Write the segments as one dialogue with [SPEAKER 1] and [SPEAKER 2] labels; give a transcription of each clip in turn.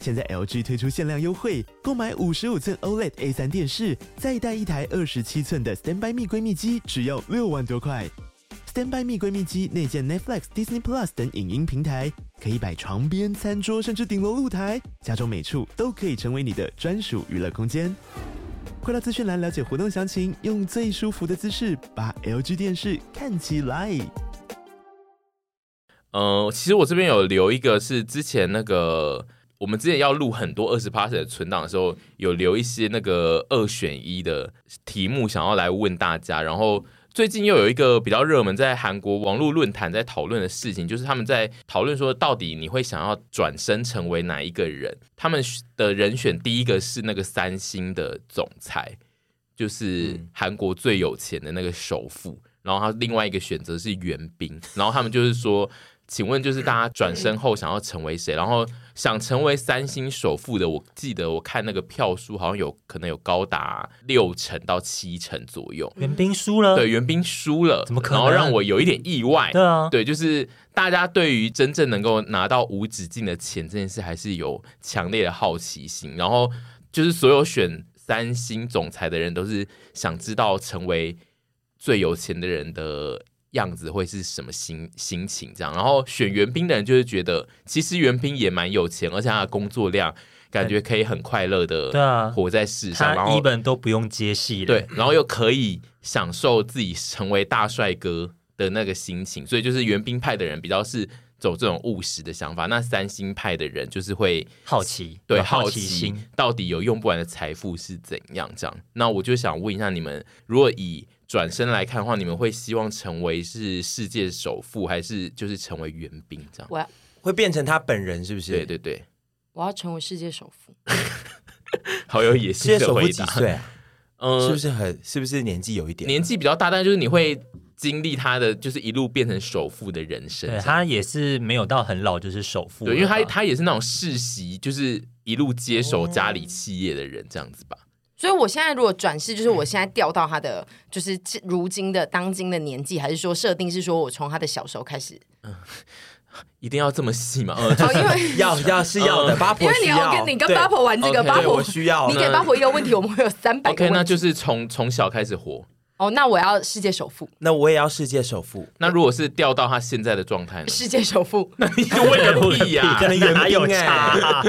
[SPEAKER 1] 现在 LG 推出限量优惠，购买五十五寸 OLED A 3电视，再带一台二十七寸的 Standby 蜜闺蜜机，只要六万多块。Standby 蜜闺蜜机内建 Netflix、Disney Plus 等影音平台，可以摆床边、餐桌，甚至顶楼露台，家中每处都可以成为你的专属娱乐空间。快到资讯栏了解活动详情，用最舒服的姿势把 LG 电视看起来。
[SPEAKER 2] 嗯，其实我这边有留一个是之前那个我们之前要录很多二十 p a 的存档的时候，有留一些那个二选一的题目想要来问大家，然后。最近又有一个比较热门，在韩国网络论坛在讨论的事情，就是他们在讨论说，到底你会想要转身成为哪一个人？他们的人选第一个是那个三星的总裁，就是韩国最有钱的那个首富。然后他另外一个选择是袁彬，然后他们就是说，请问就是大家转身后想要成为谁？然后想成为三星首富的，我记得我看那个票数好像有可能有高达六成到七成左右。
[SPEAKER 3] 袁冰输了，
[SPEAKER 2] 对，袁冰输了，
[SPEAKER 3] 呃怎么可能
[SPEAKER 2] 然后让我有一点意外。
[SPEAKER 3] 对啊，
[SPEAKER 2] 对，就是大家对于真正能够拿到无止境的钱这件事，还是有强烈的好奇心。然后就是所有选三星总裁的人，都是想知道成为最有钱的人的样子会是什么心心情这样。然后选袁冰的人，就是觉得其实袁冰也蛮有钱，而且他的工作量感觉可以很快乐
[SPEAKER 3] 对啊
[SPEAKER 2] 的活在世上，然
[SPEAKER 3] 他
[SPEAKER 2] 后
[SPEAKER 3] 一本都不用接戏了。
[SPEAKER 2] 对，然后又可以享受自己成为大帅哥的那个心情，所以就是袁冰派的人比较是走这种务实的想法，那三星派的人就是会
[SPEAKER 3] 好奇，
[SPEAKER 2] 对
[SPEAKER 3] 有
[SPEAKER 2] 好
[SPEAKER 3] 好
[SPEAKER 2] 奇
[SPEAKER 3] 心，
[SPEAKER 2] 到底有用不完的财富是怎样这样。那我就想问一下你们，如果以转身来看的话，你们会希望成为是世界首富，还是就是成为袁冰这样？
[SPEAKER 4] 我要
[SPEAKER 5] 会变成他本人是不是？
[SPEAKER 2] 对对对，
[SPEAKER 4] 我要成为世界首富，
[SPEAKER 2] 好有野
[SPEAKER 5] 世
[SPEAKER 2] 心
[SPEAKER 5] 界
[SPEAKER 2] 的
[SPEAKER 5] 首富
[SPEAKER 2] 回
[SPEAKER 5] 几
[SPEAKER 2] 答。
[SPEAKER 5] 岁啊？
[SPEAKER 2] 嗯
[SPEAKER 5] 是不是很？是不是年纪有一点？
[SPEAKER 2] 年纪比较大，但就是你会经历他的，就是一路变成首富的人生这
[SPEAKER 3] 对
[SPEAKER 2] 样。
[SPEAKER 3] 他也是没有到很老，就是首富了吧，
[SPEAKER 2] 啊对，因为他他也是那种世袭，就是一路接手家里企业的人这样子吧。
[SPEAKER 5] 哦
[SPEAKER 4] 所以我现在如果转世，就是我
[SPEAKER 2] 嗯
[SPEAKER 4] 现在调到他的，就是如今的当今的年纪，还是说设定是说我从他的小时候 开始？
[SPEAKER 2] 一定要这么细 嘛？呃，就
[SPEAKER 4] 哦，因为
[SPEAKER 5] 要要是要
[SPEAKER 2] 嗯
[SPEAKER 5] 的，八婆
[SPEAKER 4] 因为你
[SPEAKER 5] 需
[SPEAKER 4] 要
[SPEAKER 5] 要
[SPEAKER 4] 跟你跟
[SPEAKER 5] 对
[SPEAKER 4] 八婆玩这个，
[SPEAKER 2] OK，
[SPEAKER 4] 八
[SPEAKER 5] 对
[SPEAKER 4] 婆
[SPEAKER 5] 我需要
[SPEAKER 4] 你给八婆一个问题，我们会有三
[SPEAKER 5] 哎
[SPEAKER 4] 百
[SPEAKER 2] 嗯 OK，
[SPEAKER 4] 个问题。
[SPEAKER 2] 那就是从从小开始活。
[SPEAKER 4] 哦，那我要世界首富，
[SPEAKER 5] 那我也要世界首 富，
[SPEAKER 2] 那如果是掉到他现在的状 态呢？啊
[SPEAKER 4] 世界 首富。
[SPEAKER 2] 你问 个屁呀、
[SPEAKER 5] 可能袁
[SPEAKER 3] 哪有
[SPEAKER 5] 冰哎、
[SPEAKER 3] 差？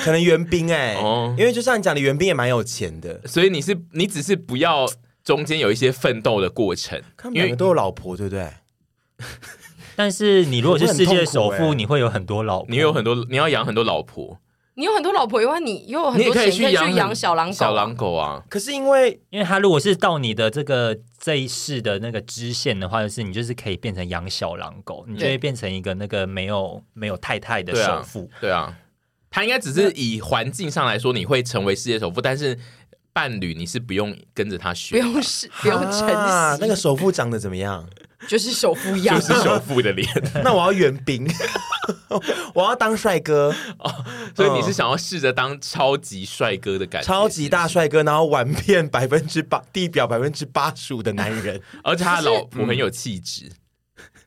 [SPEAKER 5] 可能袁冰 哎、
[SPEAKER 2] 哦
[SPEAKER 5] 因为就像你讲的，袁冰也蛮有钱的，
[SPEAKER 2] 所以你是你只是不要中间有一些奋斗的过程
[SPEAKER 5] 他，们
[SPEAKER 2] 因
[SPEAKER 5] 两
[SPEAKER 2] 为
[SPEAKER 5] 个都有老婆，对不对？
[SPEAKER 3] 但是你如果是世界首
[SPEAKER 5] 我会很痛苦
[SPEAKER 3] 富，
[SPEAKER 5] 欸
[SPEAKER 3] 你会有很多老婆，
[SPEAKER 2] 你有很多你要养很多老婆，
[SPEAKER 4] 你有很多老婆以外，你又有哦很
[SPEAKER 2] 你也
[SPEAKER 4] 多
[SPEAKER 2] 可
[SPEAKER 4] 钱
[SPEAKER 2] 以
[SPEAKER 4] 可以
[SPEAKER 2] 养
[SPEAKER 4] 去
[SPEAKER 2] 很
[SPEAKER 4] 养小狼狗啊、
[SPEAKER 2] 小狼狗啊。
[SPEAKER 5] 可是因为
[SPEAKER 3] 因为他如果是到你的这个这一世的那个支线的话，就是你就是可以变成养小狼狗，你就会变成一个那个没有没有太太的
[SPEAKER 2] 对啊
[SPEAKER 3] 首富。
[SPEAKER 2] 对啊，他应该只是以环境上来说，你会成为世界首富，但是伴侣你是不用跟着他
[SPEAKER 4] 不
[SPEAKER 2] 学，
[SPEAKER 4] 用是不用晨曦，
[SPEAKER 5] 啊那个首富长得怎么样？
[SPEAKER 4] 就是首富样。
[SPEAKER 2] 就是首富的脸。
[SPEAKER 5] 那我要袁冰， 我要当帅哥，
[SPEAKER 2] 所以你是想要试着当超级帅哥的感觉，
[SPEAKER 5] 超级大帅哥，然后玩遍百分之八地表百分之八十五的男
[SPEAKER 2] 是
[SPEAKER 5] 人，
[SPEAKER 2] 不是，而且他老婆很有气质。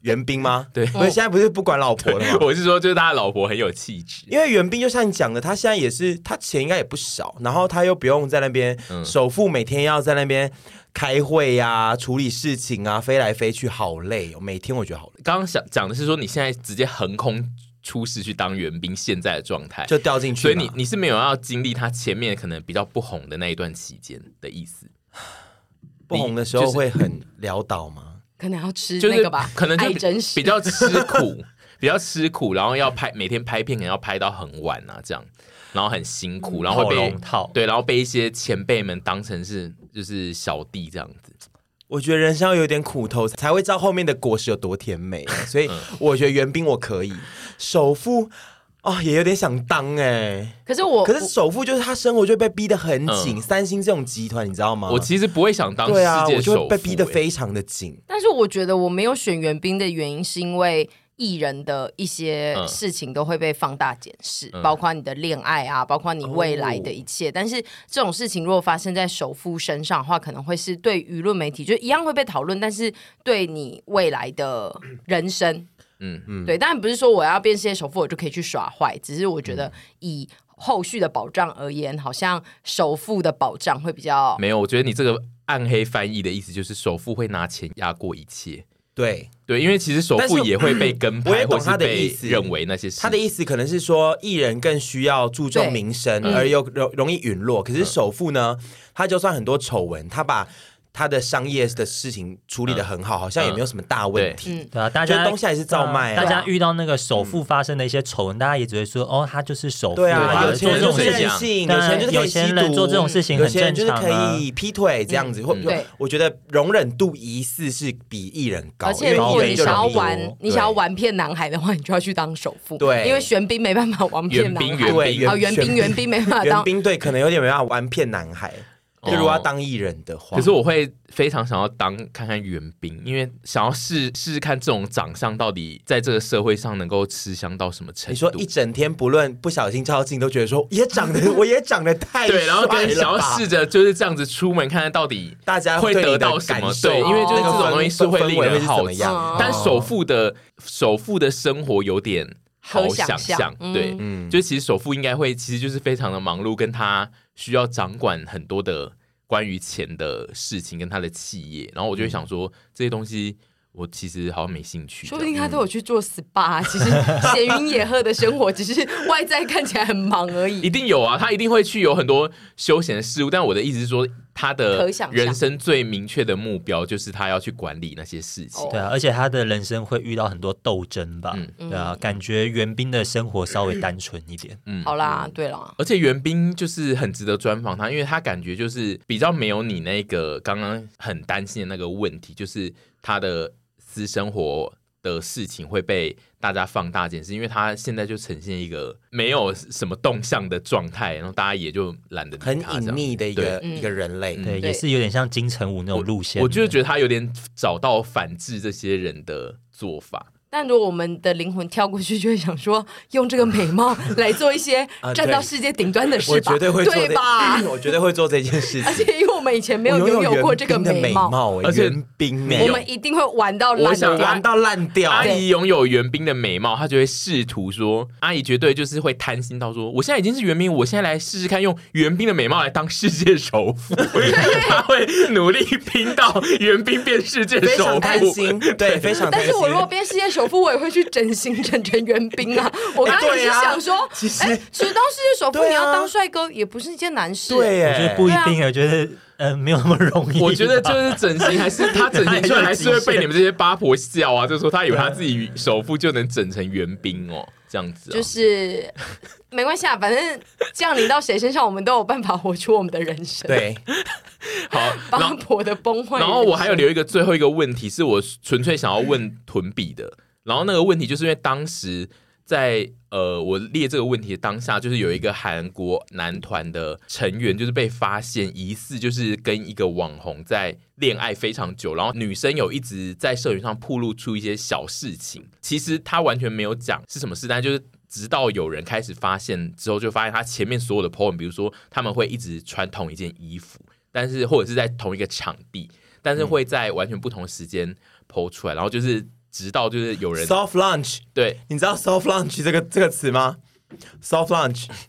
[SPEAKER 5] 袁冰吗？
[SPEAKER 2] 对
[SPEAKER 5] 所以现在不是不管老婆了吗？
[SPEAKER 2] 我是说，就是他老婆很有气质。
[SPEAKER 5] 因为袁冰就像你讲的，他现在也是，他钱应该也不少，然后他又不用在那边，
[SPEAKER 2] 嗯
[SPEAKER 5] 首富每天要在那边开会呀、处理事情啊，飞来飞去，好累哦。每天我觉得好累，
[SPEAKER 2] 刚刚想讲的是说，你现在直接横空出世去当援兵，现在的状态，
[SPEAKER 5] 就掉进去
[SPEAKER 2] 哎所
[SPEAKER 5] 嘛。
[SPEAKER 2] 以你你是没有要经历他前面可能比较不红的那一段期间的意思，
[SPEAKER 5] 不红的时候会很潦倒吗？
[SPEAKER 4] 可能要吃
[SPEAKER 2] 就是
[SPEAKER 4] 那个吧，
[SPEAKER 2] 可能就
[SPEAKER 4] 爱
[SPEAKER 2] 比
[SPEAKER 4] 真实
[SPEAKER 2] 比较吃 苦，比较吃苦，然后要拍每天拍片，可能要拍到很晚啊，这样，然后很辛
[SPEAKER 5] 嗯
[SPEAKER 2] 苦，然后
[SPEAKER 3] 套
[SPEAKER 2] 会被
[SPEAKER 3] 龙套，
[SPEAKER 2] 对，然后被一些前辈们当成是就是小弟这样子。
[SPEAKER 5] 我觉得人生要有点苦头，才 啊
[SPEAKER 2] 嗯
[SPEAKER 5] 会知道后面的果实有多甜美。所以我觉得袁冰我可以，首富哦，也有点想当哎、
[SPEAKER 4] 可是我，
[SPEAKER 5] 可是首富就是他生活就被逼得很紧，
[SPEAKER 2] 嗯
[SPEAKER 5] 三星这种集团你知道吗？
[SPEAKER 2] 我其实不会想当
[SPEAKER 5] 啊对啊，
[SPEAKER 2] 世
[SPEAKER 5] 我
[SPEAKER 2] 界首
[SPEAKER 5] 就
[SPEAKER 2] 富、
[SPEAKER 5] 会被逼得
[SPEAKER 2] 欸
[SPEAKER 5] 非常的紧。
[SPEAKER 4] 但是我觉得我没有选袁冰的原因，是因为艺人的一些
[SPEAKER 2] 嗯
[SPEAKER 4] 事情都会被放大检视，
[SPEAKER 2] 嗯哦
[SPEAKER 4] 包括你的恋爱啊，包括你未来的一切。但是这种事情如果发生在首富身上的话，可能会是对舆论媒体就一样会被讨论，但是对你未来的人生，
[SPEAKER 2] 嗯
[SPEAKER 4] 嗯，对。当然不是说我要变世界首富，我就可以去耍坏，只是我觉得以。后续的保障而言，好像首富的保障会比较
[SPEAKER 2] 没有，我觉得你这个暗黑翻译的意思就是首富会拿钱压过一切。
[SPEAKER 5] 对，
[SPEAKER 2] 对，因为其实首
[SPEAKER 5] 但是
[SPEAKER 2] 富也会被跟
[SPEAKER 5] 我
[SPEAKER 2] 拍，
[SPEAKER 5] 也
[SPEAKER 2] 或
[SPEAKER 5] 懂
[SPEAKER 2] 是
[SPEAKER 5] 他的意
[SPEAKER 2] 被
[SPEAKER 5] 思
[SPEAKER 2] 认为那些事。
[SPEAKER 5] 他的意思可能是说，艺人更需要注重
[SPEAKER 4] 对
[SPEAKER 5] 名声，
[SPEAKER 3] 嗯
[SPEAKER 5] 而又容容易陨落。可是首富呢，他就算很多丑闻，他把他的商业的事情处理的很好，好像也没有什么大问题。
[SPEAKER 3] 对啊，大
[SPEAKER 5] 就
[SPEAKER 3] 家
[SPEAKER 5] 是东西还是照卖啊
[SPEAKER 3] 大家遇到那个
[SPEAKER 2] 嗯
[SPEAKER 3] 首富发生的一些丑闻，大家也只会说哦，他就是首富，
[SPEAKER 5] 对啊，
[SPEAKER 3] 他
[SPEAKER 5] 有
[SPEAKER 2] 有
[SPEAKER 5] 钱
[SPEAKER 3] 做
[SPEAKER 5] 人
[SPEAKER 3] 这种
[SPEAKER 5] 就是
[SPEAKER 3] 事情
[SPEAKER 5] 任
[SPEAKER 3] 啊。
[SPEAKER 5] 性，有
[SPEAKER 3] 当
[SPEAKER 5] 钱
[SPEAKER 3] 然
[SPEAKER 5] 人就是可
[SPEAKER 3] 有
[SPEAKER 5] 以
[SPEAKER 3] 钱
[SPEAKER 5] 吸
[SPEAKER 3] 人
[SPEAKER 5] 毒，
[SPEAKER 3] 做这种事情
[SPEAKER 5] 有
[SPEAKER 3] 很
[SPEAKER 5] 钱人
[SPEAKER 3] 正
[SPEAKER 5] 就是
[SPEAKER 3] 常
[SPEAKER 5] 可
[SPEAKER 3] 啊。
[SPEAKER 5] 以劈腿这样子，或
[SPEAKER 2] 嗯
[SPEAKER 5] 有
[SPEAKER 4] 对
[SPEAKER 5] 我觉得容忍度疑似是比艺人高，
[SPEAKER 4] 而且
[SPEAKER 5] 因
[SPEAKER 4] 如
[SPEAKER 5] 为
[SPEAKER 4] 果你
[SPEAKER 5] 艺人就
[SPEAKER 4] 想要
[SPEAKER 5] 容易
[SPEAKER 4] 玩，你想要玩骗男孩的话，你就要去当首富。
[SPEAKER 5] 对
[SPEAKER 4] 因为玄彬没办法玩骗男
[SPEAKER 2] 袁
[SPEAKER 4] 孩。
[SPEAKER 2] 冰
[SPEAKER 5] 对
[SPEAKER 2] 袁
[SPEAKER 4] 啊，
[SPEAKER 3] 哦
[SPEAKER 5] 袁
[SPEAKER 4] 袁彬袁彬没办法
[SPEAKER 5] 袁
[SPEAKER 4] 当。
[SPEAKER 5] 冰队可能有点没办法玩骗男孩，
[SPEAKER 3] 哦
[SPEAKER 5] 就如果要当艺人的话，
[SPEAKER 2] 可是我会非常想要当看看袁冰，因为想要试试试看这种长相到底在这个社会上能够吃香到什么程度。
[SPEAKER 5] 你说一整天不论不小心照镜都觉得说也长得我也长得太
[SPEAKER 2] 对，然后
[SPEAKER 5] 帅
[SPEAKER 2] 跟
[SPEAKER 5] 了
[SPEAKER 2] 想要
[SPEAKER 5] 吧
[SPEAKER 2] 试着就是这样子出门看看到底
[SPEAKER 5] 大家
[SPEAKER 2] 会
[SPEAKER 5] 对你
[SPEAKER 2] 得
[SPEAKER 5] 的
[SPEAKER 2] 到什么
[SPEAKER 5] 感？受
[SPEAKER 2] 对，因为就是这
[SPEAKER 5] 那个
[SPEAKER 2] 种东西
[SPEAKER 5] 氛
[SPEAKER 2] 是会
[SPEAKER 5] 氛
[SPEAKER 2] 令
[SPEAKER 5] 围会
[SPEAKER 2] 人
[SPEAKER 5] 是怎
[SPEAKER 2] 好
[SPEAKER 5] 么
[SPEAKER 2] 奇。
[SPEAKER 5] 样？哦
[SPEAKER 2] 但首富的首富的生活有点好想
[SPEAKER 4] 可想
[SPEAKER 2] 象
[SPEAKER 4] 象，嗯
[SPEAKER 2] 对，就其实首富应该会，其实就是非常的忙碌，跟他需要掌管很多的关于钱的事情跟他的企业，然后我
[SPEAKER 5] 嗯
[SPEAKER 2] 就会想说、这些东西我其实好像没兴趣，
[SPEAKER 4] 说不定他都有去做 SPA，其实闲云野鹤的生活只是外在看起来很忙而
[SPEAKER 2] 一
[SPEAKER 4] 已。
[SPEAKER 2] 定有啊，他一定会去有很多休闲的事物，但我的意思是说，他的
[SPEAKER 4] 可想象
[SPEAKER 2] 人生最明确的目标就是他要去管理那些事情
[SPEAKER 4] 哦。
[SPEAKER 3] 对啊，而且他的人生会遇到很多斗争吧？
[SPEAKER 2] 嗯
[SPEAKER 3] 对啊，
[SPEAKER 5] 嗯
[SPEAKER 3] 感觉袁冰的生活稍微单纯一点。
[SPEAKER 2] 嗯
[SPEAKER 4] 好啦，对啦，
[SPEAKER 2] 而且袁冰就是很值得专访他，因为他感觉就是比较没有你那个刚刚很担心的那个问题，就是他的私生活的事情会被大家放大检视，因为他现在就呈现一个没有什么动向的状态，然后大家也就懒得理
[SPEAKER 5] 很
[SPEAKER 2] 他这
[SPEAKER 5] 隐
[SPEAKER 2] 样
[SPEAKER 5] 秘的一个
[SPEAKER 4] 对
[SPEAKER 5] 一个人类，
[SPEAKER 3] 对，嗯
[SPEAKER 4] 对
[SPEAKER 3] 也是有点像金城武那种路线的。
[SPEAKER 2] 我就是觉得他有点找到反制这些人的做法。
[SPEAKER 4] 但如果我们的灵魂跳过去，就会想说，用这个美 貌来做一些
[SPEAKER 5] 啊对
[SPEAKER 4] 站到世界顶端的
[SPEAKER 5] 我
[SPEAKER 4] 事吧，
[SPEAKER 5] 绝对会做
[SPEAKER 4] 对
[SPEAKER 5] 这
[SPEAKER 4] 吧？
[SPEAKER 5] 我绝对会做这件事
[SPEAKER 4] 而
[SPEAKER 5] 情。
[SPEAKER 4] 且因为我们以前没有
[SPEAKER 5] 我
[SPEAKER 4] 拥有过
[SPEAKER 5] 袁
[SPEAKER 4] 这个
[SPEAKER 5] 冰的
[SPEAKER 4] 美
[SPEAKER 5] 美
[SPEAKER 4] 貌，
[SPEAKER 5] 貌，
[SPEAKER 2] 而且
[SPEAKER 5] 袁冰哎
[SPEAKER 4] 我们一定会玩到
[SPEAKER 2] 我
[SPEAKER 4] 烂
[SPEAKER 2] 想
[SPEAKER 4] 掉
[SPEAKER 5] 玩。到烂掉。
[SPEAKER 2] 阿姨拥有袁冰的美貌，她就会试图说，阿姨绝对就是会贪心到说，我现在已经是袁冰，我现在来试试看用袁冰的美貌来当世界首 富，她会努力拼到袁冰变世界
[SPEAKER 5] 非
[SPEAKER 2] 首
[SPEAKER 5] 常担
[SPEAKER 2] 富。
[SPEAKER 5] 心，对，非常担
[SPEAKER 4] 但
[SPEAKER 5] 心
[SPEAKER 4] 是。我如果变世界首富，我也会去整形整成袁冰啊！我刚刚也是想说，哎、
[SPEAKER 5] 其实
[SPEAKER 4] 其实当世界首富，
[SPEAKER 5] 对啊
[SPEAKER 4] 你要当帅哥也不是一件难事。
[SPEAKER 5] 对，啊
[SPEAKER 3] 我觉
[SPEAKER 5] 耶
[SPEAKER 3] 得不一定，我觉得呃没有那么容易吧。
[SPEAKER 2] 我觉得就是整形，还是她整形出来还是会被你们这些八婆笑啊，就说她以为她自己首富就能整成袁冰哦，这样子、哦。
[SPEAKER 4] 就是没关系啊，反正降临到谁身上，我们都有办法活出我们的人生。，
[SPEAKER 5] 对，
[SPEAKER 2] 好，然
[SPEAKER 4] 八
[SPEAKER 2] 后
[SPEAKER 4] 婆的崩坏人生。
[SPEAKER 2] 然后我还有留一个最后一个问题，是我纯粹想要问屯比的。然后那个问题就是因为当时在呃，我列这个问题的当下，就是有一个韩国男团的成员，就是被发现疑似就是跟一个网红在恋爱非常久，然后女生有一直在社群上曝露出一些小事情，其实他完全没有讲是什么事，但就是直到有人开始发现之后，就发现他前面所有的 po 文，比如说他们会一直穿同一件衣服，但是或者是在同一个场地，但
[SPEAKER 5] 嗯
[SPEAKER 2] 是会在完全不同的时间 po 出来，然后就是直到就是有人
[SPEAKER 5] soft lunch，
[SPEAKER 2] 对，
[SPEAKER 5] 你知道 soft lunch 这个这个词吗？soft lunch，soft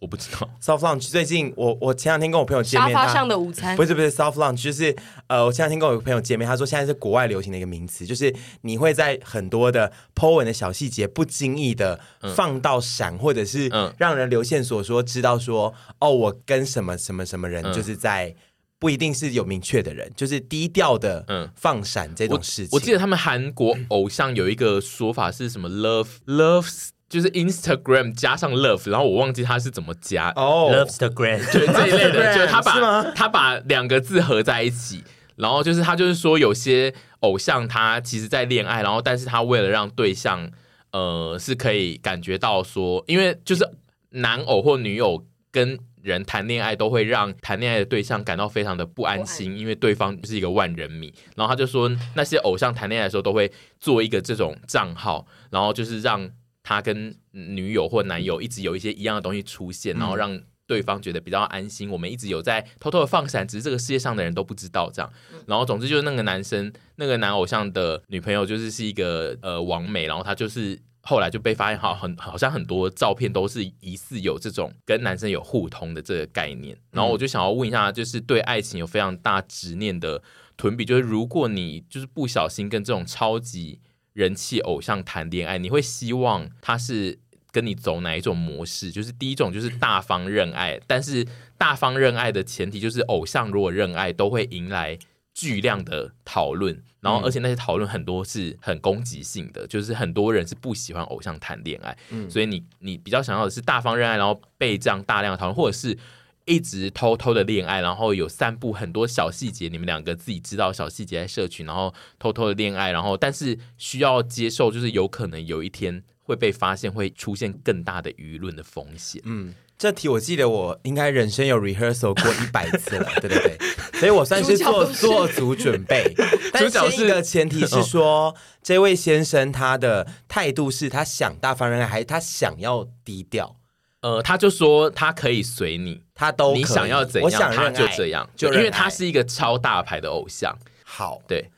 [SPEAKER 2] 我不知 道，
[SPEAKER 5] lunch，最近我我前两天跟我朋友见
[SPEAKER 4] 沙
[SPEAKER 5] 面，
[SPEAKER 4] 发
[SPEAKER 5] 他
[SPEAKER 4] 上的午餐
[SPEAKER 5] 不。是不是 soft lunch，就是呃，我前两天跟我有个朋友见面，他说现在是国外流行的一个名词，就是你会在很多的 po 文的小细节不经意的放到闪，或者是
[SPEAKER 2] 嗯
[SPEAKER 5] 让人留线索说知道说哦，我跟什么什么什么人
[SPEAKER 2] 嗯
[SPEAKER 5] 就是在。不一定是有明确的人，就是低调的
[SPEAKER 2] 嗯
[SPEAKER 5] 放闪这种
[SPEAKER 2] 我
[SPEAKER 5] 事情。
[SPEAKER 2] 我记得他们韩国偶像有一个说法是什么 love love，就是 Instagram 加上 love，然后我忘记他是怎么加
[SPEAKER 5] 哦
[SPEAKER 3] Loves the Grand，
[SPEAKER 2] 对这一类的，就是他
[SPEAKER 5] 是吗
[SPEAKER 2] 把他把两个字合在一起，然后就是他就是说有些偶像他其实在恋爱，然后但是他为了让对象呃是可以感觉到说，因为就是男偶或女偶跟人谈恋爱都会让谈恋爱的对象感到非常的不安心，因为对方就是一个万人迷。然后他就说，那些偶像谈恋爱的时候都会做一个这种账号，然后就是让他跟女友或男友一直有一些一样的东西出现，然后让对方觉得比较安心。我们一直有在偷偷的放闪，只是这个世界上的人都不知道这样。然后总之就是那个男生，那个男偶像的女朋友就是是一个呃王美，然后她就是。后来就被发现，好很好像很多照片都是疑似有这种跟男生有互通的这个概念。然后我就想要问一下，就是对爱情有非常大执念的屯比，就是如果你就是不小心跟这种超级人气偶像谈恋爱，你会希望他是跟你走哪一种模式？就是第一种就是大方认爱，但是大方认爱的前提就是偶像如果认爱，都会迎来巨量的讨论，然后而且那些讨论很多是很攻击性的，就是很多人是不喜欢偶像谈恋爱，所以你你比较想要的是大方认爱，然后被这样大量的讨论，或者是。一直偷偷的恋爱，然后有散布很多小细节，你们两个自己知道小细节在社群，然后偷偷的恋爱，然后但是需要接受，就是有可能有一天会被发现，会出现更大的舆论的风险。
[SPEAKER 5] 嗯，这题我记得我应该人生有 rehearsal 过一百 次了，对对对，所以我算是做
[SPEAKER 4] 主角都是
[SPEAKER 5] 做足准备。
[SPEAKER 2] 主
[SPEAKER 5] 但
[SPEAKER 2] 角是嗯
[SPEAKER 5] 先一个前提是说，这位先生他的态度是他想大方认爱，还是他想要低调，
[SPEAKER 2] 呃，他就说他可以随你，
[SPEAKER 5] 他都
[SPEAKER 2] 你
[SPEAKER 5] 可以
[SPEAKER 2] 想要怎
[SPEAKER 5] 我
[SPEAKER 2] 样，
[SPEAKER 5] 想
[SPEAKER 2] 他
[SPEAKER 5] 认
[SPEAKER 2] 就
[SPEAKER 5] 爱
[SPEAKER 2] 这样，
[SPEAKER 5] 就
[SPEAKER 2] 对因为
[SPEAKER 5] 认爱
[SPEAKER 2] 他是一个超大牌的偶像，
[SPEAKER 5] 好。
[SPEAKER 2] 对，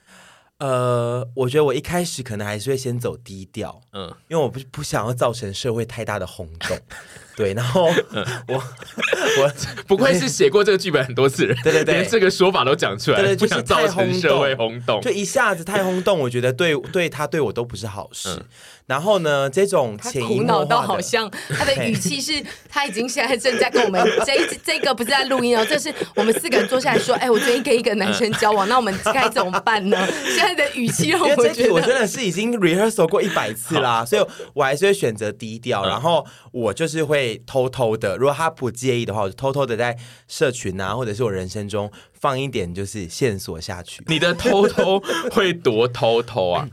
[SPEAKER 5] 呃，我觉得我一开始可能还是会先走低调，
[SPEAKER 2] 嗯，
[SPEAKER 5] 因为我不不想要造成社会太大的轰动，对。然后我我
[SPEAKER 2] 不愧 是写过这个剧本很多次的人，
[SPEAKER 5] 对对对
[SPEAKER 2] 连这个说法都讲出来，
[SPEAKER 5] 对对
[SPEAKER 2] 不
[SPEAKER 5] 就是
[SPEAKER 2] 想造
[SPEAKER 5] 太轰
[SPEAKER 2] 成
[SPEAKER 5] 动
[SPEAKER 2] 社会轰动
[SPEAKER 5] 就。一下子太轰动，我觉 得对对他对我都不是好事。
[SPEAKER 2] 嗯
[SPEAKER 5] 然后呢，这种
[SPEAKER 4] 他
[SPEAKER 5] 潜移
[SPEAKER 4] 苦
[SPEAKER 5] 默
[SPEAKER 4] 恼
[SPEAKER 5] 化
[SPEAKER 4] 到
[SPEAKER 5] 的，
[SPEAKER 4] 好像他的语气是，他已经现在正在跟我们这一这个不是在录音哦，这是我们四个人坐下来说，哎，我最近跟一个男生交往，那我们该怎么办呢？现在的语气让
[SPEAKER 5] 因为
[SPEAKER 4] 我
[SPEAKER 5] 这
[SPEAKER 4] 觉
[SPEAKER 5] 题我真
[SPEAKER 4] 得，
[SPEAKER 5] 的是已经 rehearsal 过一百次啦，所以我还是会选择低调。
[SPEAKER 2] 嗯
[SPEAKER 5] 然后我就是会偷偷的，如果他不介意的话，我就偷偷的在社群啊，或者是我人生中放一点就是线索下去。
[SPEAKER 2] 你的偷偷会多偷偷啊？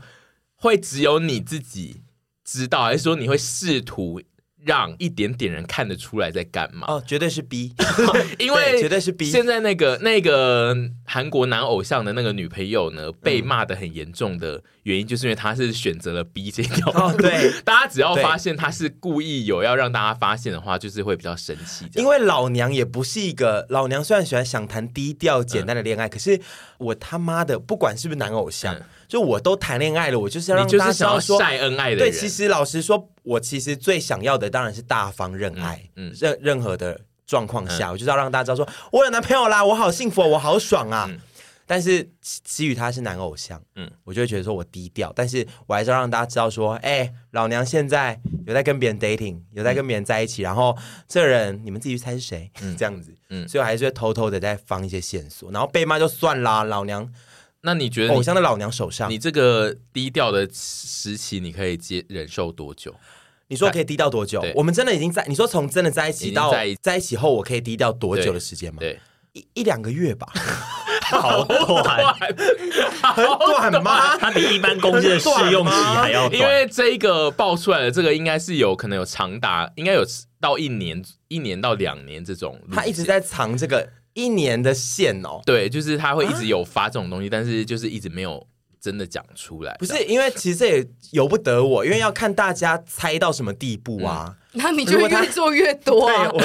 [SPEAKER 2] 会只有你自己知道，还是说你会试图让一点点人看得出来在干嘛？
[SPEAKER 5] 哦，绝对是 B，
[SPEAKER 2] 因为
[SPEAKER 5] 对绝对是 B
[SPEAKER 2] 现在那个那个韩国男偶像的那个女朋友呢，被骂的很严重的原因，就是因为她是选择了 B 这条路。
[SPEAKER 5] 哦对
[SPEAKER 2] 大家只要发现她是故意有要让大家发现的话，就是会比较生气。
[SPEAKER 5] 因
[SPEAKER 2] 为
[SPEAKER 5] 为老娘也不是一个老娘，虽然喜欢想谈低调简单的恋爱，可是我他妈的不管是不是男偶像，
[SPEAKER 2] 嗯
[SPEAKER 5] 就我都谈恋爱了，我就是要让
[SPEAKER 2] 你就
[SPEAKER 5] 大家
[SPEAKER 2] 是
[SPEAKER 5] 知
[SPEAKER 2] 想
[SPEAKER 5] 道
[SPEAKER 2] 要
[SPEAKER 5] 说。
[SPEAKER 2] 晒恩爱的
[SPEAKER 5] 对，
[SPEAKER 2] 人，
[SPEAKER 5] 其实老实说，我其实最想要的当然是大方认爱，
[SPEAKER 2] 嗯嗯嗯
[SPEAKER 5] 任任何的状况下，我就是要让大家知道说我有男朋友啦，我好幸福哦，我好爽啊。
[SPEAKER 2] 嗯
[SPEAKER 5] 但是基基于他是男偶像，
[SPEAKER 2] 嗯
[SPEAKER 5] 嗯，我就会觉得说我低调，但是我还是要让大家知道说，哎、老娘现在有在跟别人 dating，有在跟别人在一起，然后这人你们自己去猜是谁，这样子，
[SPEAKER 2] 嗯嗯
[SPEAKER 5] 嗯，所以我还是会偷偷的在放一些线索，然后被骂就算啦，老娘
[SPEAKER 2] 那你觉得
[SPEAKER 5] 偶
[SPEAKER 2] 你
[SPEAKER 5] 像的老娘手上，
[SPEAKER 2] 你
[SPEAKER 5] 你
[SPEAKER 2] 这个低调的时期，你可以接忍受多久？
[SPEAKER 5] 你说可以低调多久
[SPEAKER 2] 对？
[SPEAKER 5] 我们真的已经在，你说从真的在一
[SPEAKER 2] 已
[SPEAKER 5] 起
[SPEAKER 2] 经
[SPEAKER 5] 到
[SPEAKER 2] 在一起
[SPEAKER 5] 在一起后，我可以低调多久的时间吗？
[SPEAKER 2] 对，
[SPEAKER 5] 一一两个月吧，
[SPEAKER 3] 好
[SPEAKER 5] 哎
[SPEAKER 3] 短，
[SPEAKER 5] 很短吗？
[SPEAKER 3] 它比一般公司的试用期还要
[SPEAKER 2] 因
[SPEAKER 3] 短。
[SPEAKER 2] 为这个爆出来的这个应该是有可能有长达，应该有到一年、一年到两年这种路线。
[SPEAKER 5] 他一直在藏这个一年的线哦。
[SPEAKER 2] 对，就是他会一直有发这种东西，但是就是一直没有真的讲出来。
[SPEAKER 5] 不是，因为其实这也由不得我，因为要看大家猜到什么地步啊。
[SPEAKER 4] 那你就
[SPEAKER 5] 如果他
[SPEAKER 4] 越做越多
[SPEAKER 5] 对
[SPEAKER 4] 啊。
[SPEAKER 5] 我，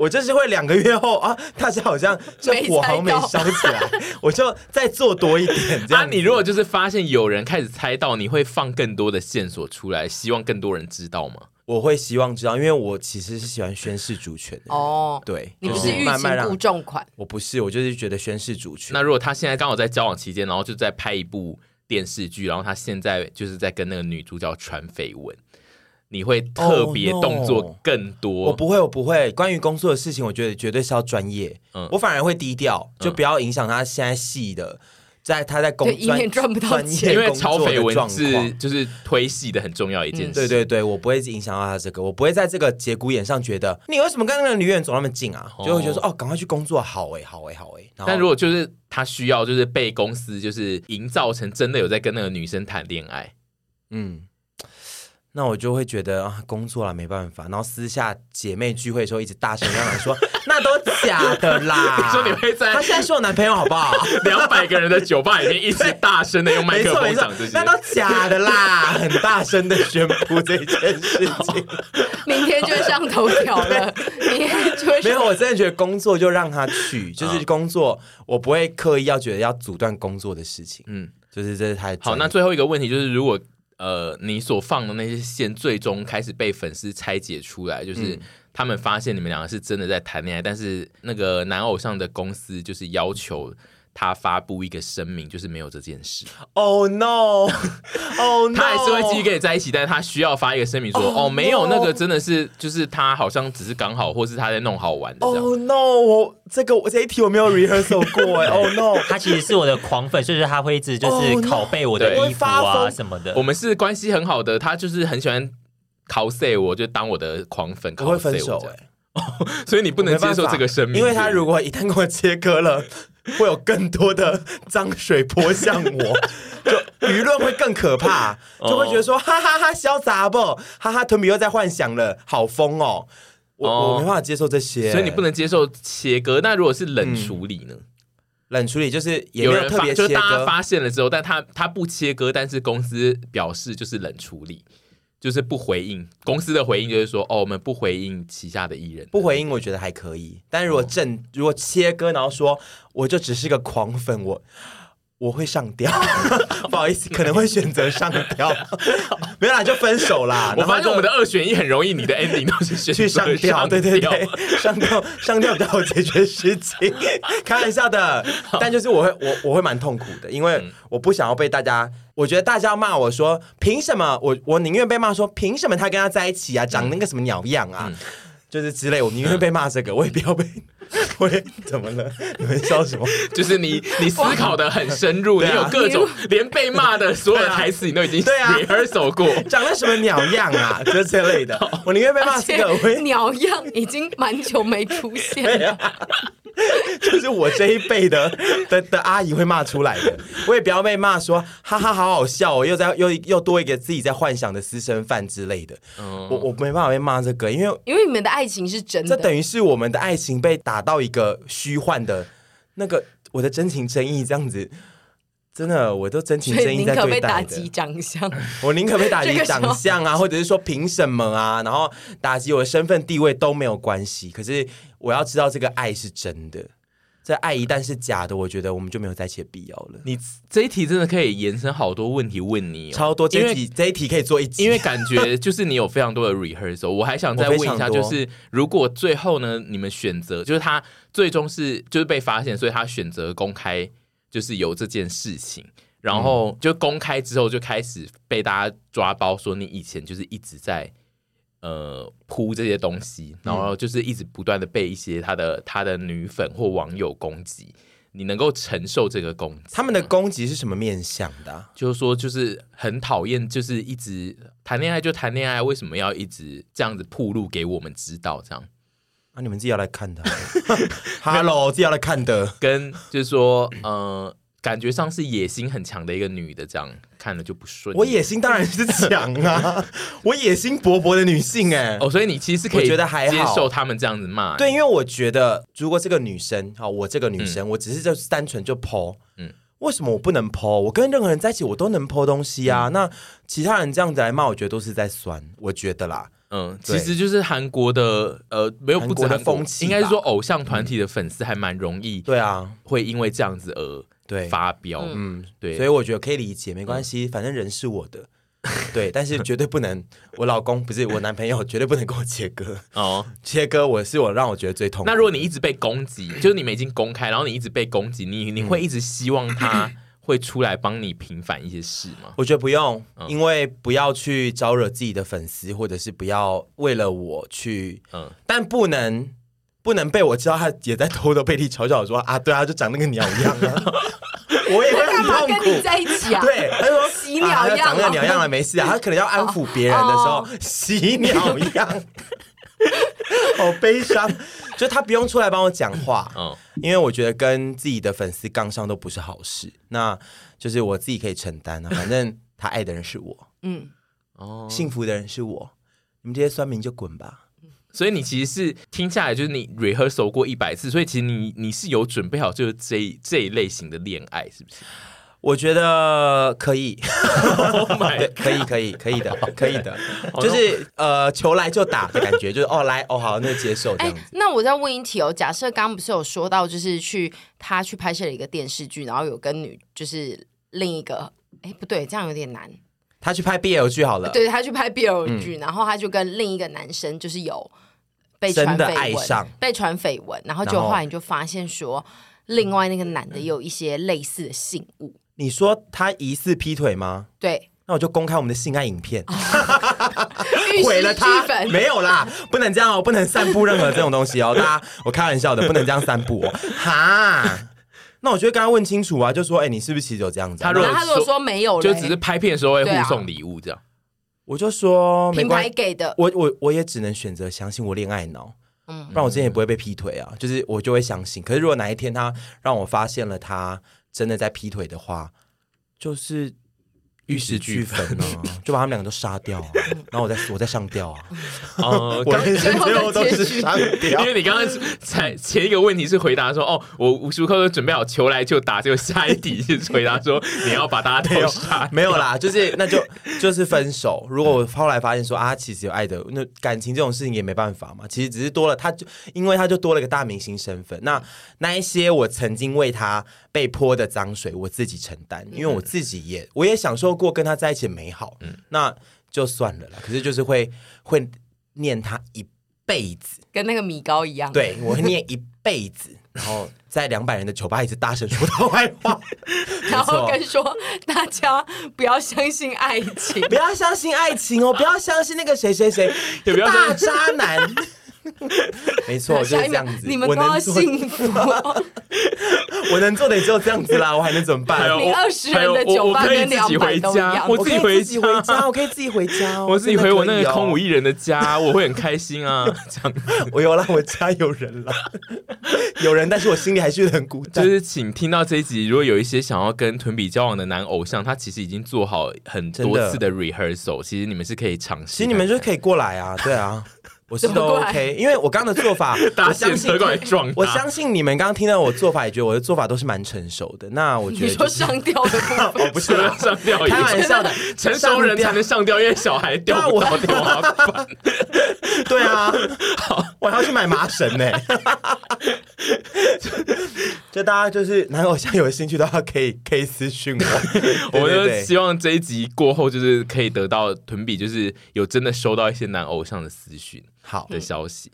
[SPEAKER 5] 我就是会两个月后啊，大家好像这火好像没
[SPEAKER 4] 没猜到
[SPEAKER 5] 烧起来，我就再做多一点这
[SPEAKER 2] 那、啊、
[SPEAKER 5] 样。
[SPEAKER 2] 你如果就是发现有人开始猜到，你会放更多的线索出来，希望更多人知道吗？
[SPEAKER 5] 我会希望知道，因为我其实是喜欢宣誓主权的。哦，
[SPEAKER 4] 哦，
[SPEAKER 5] 对，
[SPEAKER 4] 你不
[SPEAKER 5] 就是
[SPEAKER 4] 欲
[SPEAKER 5] 慢慢
[SPEAKER 4] 擒
[SPEAKER 5] 让
[SPEAKER 4] 故纵款，
[SPEAKER 5] 我不是，我就是觉得宣誓主权。
[SPEAKER 2] 那如果他现在刚好在交往期间，然后就在拍一部电视剧，然后他现在就是在跟那个女主角传绯闻，你会特别
[SPEAKER 5] Oh, no.
[SPEAKER 2] 动作更多
[SPEAKER 5] 我不会，我不会。关于工作的事情，我觉得绝对是要专业。
[SPEAKER 2] 嗯
[SPEAKER 5] 我反而会低调，就不要影响他现在细的，在他在工
[SPEAKER 4] 对以免赚不到钱
[SPEAKER 2] 因为炒绯闻。
[SPEAKER 5] 专业工作的状
[SPEAKER 2] 是
[SPEAKER 5] 况
[SPEAKER 2] 就是推戏的很重要一件事。
[SPEAKER 5] 对对对，我不会影响到他这个，我不会在这个节骨眼上觉得你为什么跟那个女演走那么近啊？
[SPEAKER 2] 哦
[SPEAKER 5] 就会觉得说哦，赶快去工作，好哎、好哎、好哎、然后
[SPEAKER 2] 但如果就是他需要，就是被公司就是营造成真的有在跟那个女生谈恋爱，
[SPEAKER 5] 嗯那我就会觉得啊，工作了没办法。然后私下姐妹聚会的时候，一直大声嚷嚷说：“ 那都假的啦！”
[SPEAKER 2] 你说你会在
[SPEAKER 5] 他现在是我男朋友，好不好？
[SPEAKER 2] 两百个人的酒吧里面，一直大声的用麦
[SPEAKER 5] 没
[SPEAKER 2] 克
[SPEAKER 5] 错
[SPEAKER 2] 风
[SPEAKER 5] 没错
[SPEAKER 2] 讲这，些
[SPEAKER 5] 那，都假的 啦！很大声的宣布这件事情。
[SPEAKER 4] 明天就会上头条 了，明天就会
[SPEAKER 5] 没
[SPEAKER 4] 上
[SPEAKER 5] 有，我真的觉得工作就让他 去，就是工作，我不会刻意要觉得要阻断工作的事情。
[SPEAKER 2] 嗯，
[SPEAKER 5] 就是这是他的
[SPEAKER 2] 好，
[SPEAKER 5] 专
[SPEAKER 2] 那
[SPEAKER 5] 业
[SPEAKER 2] 最后一个问题就是，如果呃你所放的那些线最终开始被粉丝拆解出来，
[SPEAKER 5] 嗯
[SPEAKER 2] 就是他们发现你们两个是真的在谈恋爱，但是那个男偶像的公司就是要求他发布一个声明，就是没有这件事。
[SPEAKER 5] Oh no! Oh no!
[SPEAKER 2] 他还是会继续跟你在一起，但是他需要发一个声明说，哦，没有那个真的是就是他好像只是刚好，或是他在弄好玩的这样。
[SPEAKER 5] Oh no！我这个我这一题我没有 rehearsal 过 哎。Oh no！
[SPEAKER 3] 他其实是我的狂粉，所以说他会一直就
[SPEAKER 5] 哦
[SPEAKER 3] 是
[SPEAKER 5] 那
[SPEAKER 3] 拷贝我的
[SPEAKER 5] 对
[SPEAKER 3] 衣服
[SPEAKER 5] 我会发
[SPEAKER 3] 啊
[SPEAKER 5] 疯
[SPEAKER 3] 什么的
[SPEAKER 2] 我。们是关系很好的，他就是很喜欢 cos 我，就当我的狂粉
[SPEAKER 5] 我会
[SPEAKER 2] cos
[SPEAKER 5] 分
[SPEAKER 2] 我
[SPEAKER 5] 手
[SPEAKER 2] 这样
[SPEAKER 5] 哎，
[SPEAKER 2] 所以你不能接受这个声明，
[SPEAKER 5] 因为他如果一旦跟我切割了，会有更多的脏水泼 向我，就舆论会更可怕，
[SPEAKER 2] 哦
[SPEAKER 5] 就会觉得说哈哈哈潇洒不，哈哈屯比又在幻想了，好疯哦！我
[SPEAKER 2] 哦
[SPEAKER 5] 我没办法接受这些，
[SPEAKER 2] 所以你不能接受切割。那如果是冷处理呢？
[SPEAKER 5] 冷处理，就是嗯也
[SPEAKER 2] 有
[SPEAKER 5] 没有
[SPEAKER 2] 人
[SPEAKER 5] 特
[SPEAKER 2] 发
[SPEAKER 5] 别
[SPEAKER 2] 就是
[SPEAKER 5] 切
[SPEAKER 2] 大家
[SPEAKER 5] 割。
[SPEAKER 2] 发现了之后，但他他不切割，但是公司表示就是冷处理。就是不回应，公司的回应就是说，哦，我们不回应旗下的艺人，
[SPEAKER 5] 不回应，我觉得还可以。但如果正如果切割，然后说我就只是个狂粉，我我会 上吊，不好意思，可能会选择上吊。没有啦，就分手啦。
[SPEAKER 2] 我
[SPEAKER 5] 啊然后
[SPEAKER 2] 发现
[SPEAKER 5] 就
[SPEAKER 2] 我们的二选一很容易，你的 ending 都是选择
[SPEAKER 5] 去上吊，对对对， 上吊上吊比较好解决事情，开玩笑的。但就是我会我我会蛮痛苦的，因为我不想要被大家，我觉得大家骂我说凭什么，我我宁愿被骂说凭什么他跟他在一起啊，长那个什么鸟样啊。 就是之类，我宁愿被骂这个，我也不要被，我也怎么了？ 你们笑什么？
[SPEAKER 2] 就是 你你思考的很深入，你
[SPEAKER 5] 对啊
[SPEAKER 2] 有各种连被骂的所有的台词，你都已经
[SPEAKER 5] 对啊
[SPEAKER 2] rehearsal 过。
[SPEAKER 5] 长得什么鸟样啊？就是这类的，我宁愿被骂
[SPEAKER 4] 而
[SPEAKER 5] 这个，我
[SPEAKER 4] 且
[SPEAKER 5] 也啊
[SPEAKER 4] 鸟样已经蛮久没出现 了。
[SPEAKER 5] 就是我这一辈的的的阿姨会骂出来的，我也不要被骂说哈哈好好笑、哦，又在又又多一个自己在幻想的私生饭之类的。我我没办法被骂这个，因为
[SPEAKER 4] 因为你们的爱情是真
[SPEAKER 5] 这
[SPEAKER 4] 的，
[SPEAKER 5] 等于是我们的爱情被打到一个虚幻的那个我的真情真意这样子。真的，我都真情
[SPEAKER 4] 所
[SPEAKER 5] 真
[SPEAKER 4] 以
[SPEAKER 5] 意
[SPEAKER 4] 宁
[SPEAKER 5] 在
[SPEAKER 4] 可
[SPEAKER 5] 对
[SPEAKER 4] 被打
[SPEAKER 5] 待
[SPEAKER 4] 击
[SPEAKER 5] 的。
[SPEAKER 4] 长 相。
[SPEAKER 5] 我宁可被打
[SPEAKER 4] 这
[SPEAKER 5] 击
[SPEAKER 4] 个时候
[SPEAKER 5] 长相啊，或者是说凭什么啊，然后打击我的身份地位都没有关系。可是我要知道这个爱是真的，这爱一旦是假的，我觉得我们就没有在一起的必要了。
[SPEAKER 2] 你这一题真的可以延伸好多问题问你、哦，
[SPEAKER 5] 超多
[SPEAKER 2] 因
[SPEAKER 5] 这一
[SPEAKER 2] 为
[SPEAKER 5] 题，这一题可以做一集，
[SPEAKER 2] 因为感觉就是你有非常多的 rehearsal。我还想再
[SPEAKER 5] 我非
[SPEAKER 2] 问一下，
[SPEAKER 5] 常多
[SPEAKER 2] 就是如果最后呢，你们选择就是他最终是就是被发现，所以他选择公开就是有这件事情。然
[SPEAKER 5] 嗯
[SPEAKER 2] 后就公开之后，就开始被大家抓包，说你以前就是一直在呃铺这些东西，然后就是一直不断的被一些他的他的女粉或网友攻击，你能够承受这个攻击？
[SPEAKER 5] 他们的攻击是什么面向的啊、
[SPEAKER 2] 就是说，就是很讨厌，就是一直谈恋爱就谈恋爱，为什么要一直这样子铺路给我们知道？这样
[SPEAKER 5] 啊？你们自己要来看的啊，Hello，自己要来看的。
[SPEAKER 2] 跟就是说，呃，感觉上是野心很强的一个女的，这样看了就不顺眼。
[SPEAKER 5] 我野心当然是强啊， 我野心勃勃的女性哎、
[SPEAKER 2] 哦，所以你其实可以
[SPEAKER 5] 我觉得还
[SPEAKER 2] 接
[SPEAKER 5] 好
[SPEAKER 2] 受他们这样子骂，
[SPEAKER 5] 对，因为我觉得如果这个女生啊，我这个女生，我只是就是单纯就剖，
[SPEAKER 2] 嗯
[SPEAKER 5] 嗯，为什么我不能剖？我跟任何人在一起，我都能剖东西
[SPEAKER 2] 嗯
[SPEAKER 5] 啊。那其他人这样子来骂，我觉得都是在酸，我觉得啦。
[SPEAKER 2] 嗯，其
[SPEAKER 5] 对
[SPEAKER 2] 实就是韩国的呃，没有
[SPEAKER 5] 韩
[SPEAKER 2] 不止
[SPEAKER 5] 国的
[SPEAKER 2] 韩国
[SPEAKER 5] 风气
[SPEAKER 2] 应该是
[SPEAKER 5] 吧
[SPEAKER 2] 说偶像团体的粉丝还蛮容易
[SPEAKER 5] 对啊，
[SPEAKER 2] 会因为这样子而
[SPEAKER 5] 对，
[SPEAKER 2] 发飙，
[SPEAKER 5] 嗯，
[SPEAKER 2] 对，嗯
[SPEAKER 5] 所以我觉得可以理解，没关系，反正人是 我的。对，但是绝对不能，我老公不是我男朋友，绝对不能跟我切割。
[SPEAKER 2] 哦，
[SPEAKER 5] 切割我是我让我觉得最痛苦。
[SPEAKER 2] 那如果你一直被攻 击，就是你们已经公开，然后你一直被攻击，你你会一直希望他
[SPEAKER 5] 嗯
[SPEAKER 2] 会出来帮你平反一些事吗？
[SPEAKER 5] 我觉得不用，因为不要去招惹自己的粉丝，或者是不要为了我去，
[SPEAKER 2] 嗯
[SPEAKER 5] 嗯，但不能不能被我知道他也在偷偷背地嘲笑我说啊，对啊，就长那个鸟样啊， 我也会
[SPEAKER 4] 干
[SPEAKER 5] 很
[SPEAKER 4] 嘛
[SPEAKER 5] 痛
[SPEAKER 4] 跟你
[SPEAKER 5] 苦。
[SPEAKER 4] 在一起啊？
[SPEAKER 5] 对，他说
[SPEAKER 4] 洗鸟样
[SPEAKER 5] 啊他长那个
[SPEAKER 4] 哦
[SPEAKER 5] 鸟样了，没事啊。他可能要安抚别人的时候
[SPEAKER 4] 哦，
[SPEAKER 5] 洗鸟样， 好悲伤。就他不用出来帮我讲话，
[SPEAKER 2] 嗯，
[SPEAKER 5] 因为我觉得跟自己的粉丝杠上都 不是好事，那就是我自己可以承担啊。反正他爱的人是我，
[SPEAKER 4] 嗯，
[SPEAKER 2] 哦，
[SPEAKER 5] 幸福的人是我，你们这些酸民就滚吧。
[SPEAKER 2] 所以你其实是听下来就是你 rehearsal 过一百次，所以其实你你是有准备好就是这一这一类型的恋爱，是不是
[SPEAKER 5] 我觉得可以，
[SPEAKER 2] ？Oh
[SPEAKER 5] 对
[SPEAKER 2] my，，
[SPEAKER 5] 可以，可以，可以的，可以的，就是呃，球来就打的感觉，就是哦来哦好，那就接受这
[SPEAKER 4] 哎、
[SPEAKER 5] 样子。
[SPEAKER 4] 那我再问一题哦，假设刚刚不是有说到，就是去他去拍摄了一个电视剧，然后有跟女就是另一个，哎、不对，这样有点难。
[SPEAKER 5] 他去拍 BL 剧好了，
[SPEAKER 4] 对他去拍
[SPEAKER 5] 嗯
[SPEAKER 4] BL 剧，然后他就跟另一个男生就是有被传
[SPEAKER 5] 真的
[SPEAKER 4] 绯
[SPEAKER 5] 爱上
[SPEAKER 4] 闻，被传绯闻，然后就
[SPEAKER 5] 然后
[SPEAKER 4] 后来你就发现说，另外那个男的也有一些类似的性物，
[SPEAKER 5] 你说他疑似劈腿吗？
[SPEAKER 4] 对，
[SPEAKER 5] 那我就公开我们的性爱影片，
[SPEAKER 4] 哦 玉石
[SPEAKER 5] 毁了他
[SPEAKER 4] 俱。焚
[SPEAKER 5] 没有啦，不能这样哦，不能散布任何这种东西哦。大家，我开玩笑的，不能这样散布哦。哈，那我就会跟他问清楚啊，就说，哎、你是不是其实有这样子啊、
[SPEAKER 2] 他如
[SPEAKER 4] 然
[SPEAKER 2] 果
[SPEAKER 4] 后他如
[SPEAKER 2] 说
[SPEAKER 4] 果说没有嘞，
[SPEAKER 2] 就只是拍片的时候会
[SPEAKER 4] 对啊
[SPEAKER 2] 互送礼物这样。
[SPEAKER 5] 我就说，没
[SPEAKER 4] 平
[SPEAKER 5] 关
[SPEAKER 4] 台
[SPEAKER 5] 系，
[SPEAKER 4] 给的，
[SPEAKER 5] 我我我也只能选择相信我恋爱脑，
[SPEAKER 4] 嗯
[SPEAKER 5] 不然我之前也不会被劈腿啊。就是我就会相信。可是如果哪一天他让我发现了他真的在劈腿的话，就是。玉石俱焚啊， 就把他们两个都杀掉啊，然后我再我再上吊啊，
[SPEAKER 2] 哦，
[SPEAKER 5] 我人生
[SPEAKER 4] 最后的结局
[SPEAKER 5] 上
[SPEAKER 2] 因为你刚刚才前一个问题是回答说，哦，我无时无刻都准备好球来就打，结果下一题是回答 说你要把大家
[SPEAKER 5] 没
[SPEAKER 2] 都
[SPEAKER 5] 有
[SPEAKER 4] 啊
[SPEAKER 2] 杀。
[SPEAKER 5] 没有啦，就是那就就是分手。如果我后来发现说啊，其实有爱的，那感情这种事情也没办法嘛。其实只是多了，他就因为他就多了一个大明星身份。那那一些我曾经为他被泼的脏水，我自己承担，因为
[SPEAKER 4] 嗯
[SPEAKER 5] 我自己也我也享受过跟他在一起的美好。那就算了啦。可是就是会会念他一辈子，
[SPEAKER 4] 跟那个米糕一样。，
[SPEAKER 5] 对我会念一辈子，然后在两百人的酒吧一直大声说他坏话。
[SPEAKER 4] 然后
[SPEAKER 5] 没错
[SPEAKER 4] 跟说大家不要相信爱情
[SPEAKER 5] ，不要相信爱情哦，不要相信那个谁谁谁，
[SPEAKER 2] 也不要
[SPEAKER 5] 大渣男。 没错，就是
[SPEAKER 4] 下一
[SPEAKER 5] 这
[SPEAKER 4] 秒
[SPEAKER 5] 样子。
[SPEAKER 4] 你们都
[SPEAKER 5] 我
[SPEAKER 4] 要
[SPEAKER 5] 能做，
[SPEAKER 4] 幸 福哦。
[SPEAKER 5] 我能做的也只有这样子啦，我还能怎么
[SPEAKER 2] 还
[SPEAKER 5] 办
[SPEAKER 2] 有？
[SPEAKER 4] 你
[SPEAKER 2] 哎我
[SPEAKER 4] 20
[SPEAKER 2] 还有
[SPEAKER 4] 人的酒
[SPEAKER 2] 我
[SPEAKER 4] 吧
[SPEAKER 2] 我可以
[SPEAKER 4] 跟
[SPEAKER 2] 自己
[SPEAKER 4] 200
[SPEAKER 2] 回
[SPEAKER 4] 都一
[SPEAKER 2] 家，
[SPEAKER 4] 样
[SPEAKER 2] 我
[SPEAKER 5] 我
[SPEAKER 2] 自
[SPEAKER 5] 可以
[SPEAKER 2] 己
[SPEAKER 5] 自
[SPEAKER 2] 回
[SPEAKER 5] 己回
[SPEAKER 2] 家，
[SPEAKER 5] 家，我可以自己回家哦，
[SPEAKER 2] 我自己回我那个空无
[SPEAKER 5] 一，
[SPEAKER 2] 一人的
[SPEAKER 5] 哦
[SPEAKER 2] 家，我会很开心 啊。这样
[SPEAKER 5] 我有啦，我家有人 啦，有人，但是我心里还是很孤
[SPEAKER 2] 就
[SPEAKER 5] 单。
[SPEAKER 2] 是请听到这一集，如果有一些想要跟屯比交往的男偶像，他其实已经做好很多
[SPEAKER 5] 真的
[SPEAKER 2] 次的 rehearsal，其实你们是可以尝试看看。
[SPEAKER 5] 其实你们就可以过来啊，对啊，我是
[SPEAKER 4] 怎
[SPEAKER 5] 都
[SPEAKER 4] 么过来
[SPEAKER 5] OK，因为我刚刚的做 法，
[SPEAKER 2] 搭
[SPEAKER 5] 我相
[SPEAKER 2] 线
[SPEAKER 5] 信
[SPEAKER 2] 车过来撞他
[SPEAKER 5] 我相信你们刚刚听到我做法，也觉得我的做法都是蛮成熟的。那我觉
[SPEAKER 4] 你
[SPEAKER 5] 得
[SPEAKER 4] 说
[SPEAKER 5] 就是
[SPEAKER 4] 上吊的部分，
[SPEAKER 5] 哦，不是
[SPEAKER 2] 除
[SPEAKER 5] 啦
[SPEAKER 2] 了，啊上吊以
[SPEAKER 5] 开
[SPEAKER 2] 外
[SPEAKER 5] 玩，笑的，
[SPEAKER 2] 成熟人才能上吊，因为小孩掉不到啊天花
[SPEAKER 5] 啊
[SPEAKER 2] 板。
[SPEAKER 5] 对啊，我还要去买麻绳呢、就大家就是男偶像有兴趣的话，可以可以私讯 我。
[SPEAKER 2] 我
[SPEAKER 5] 对
[SPEAKER 2] 就
[SPEAKER 5] 对对
[SPEAKER 2] 希望这一集过后，就是可以得到屯比，就是有真的收到一些男偶像的私讯
[SPEAKER 5] 好
[SPEAKER 4] 嗯
[SPEAKER 2] 的消息。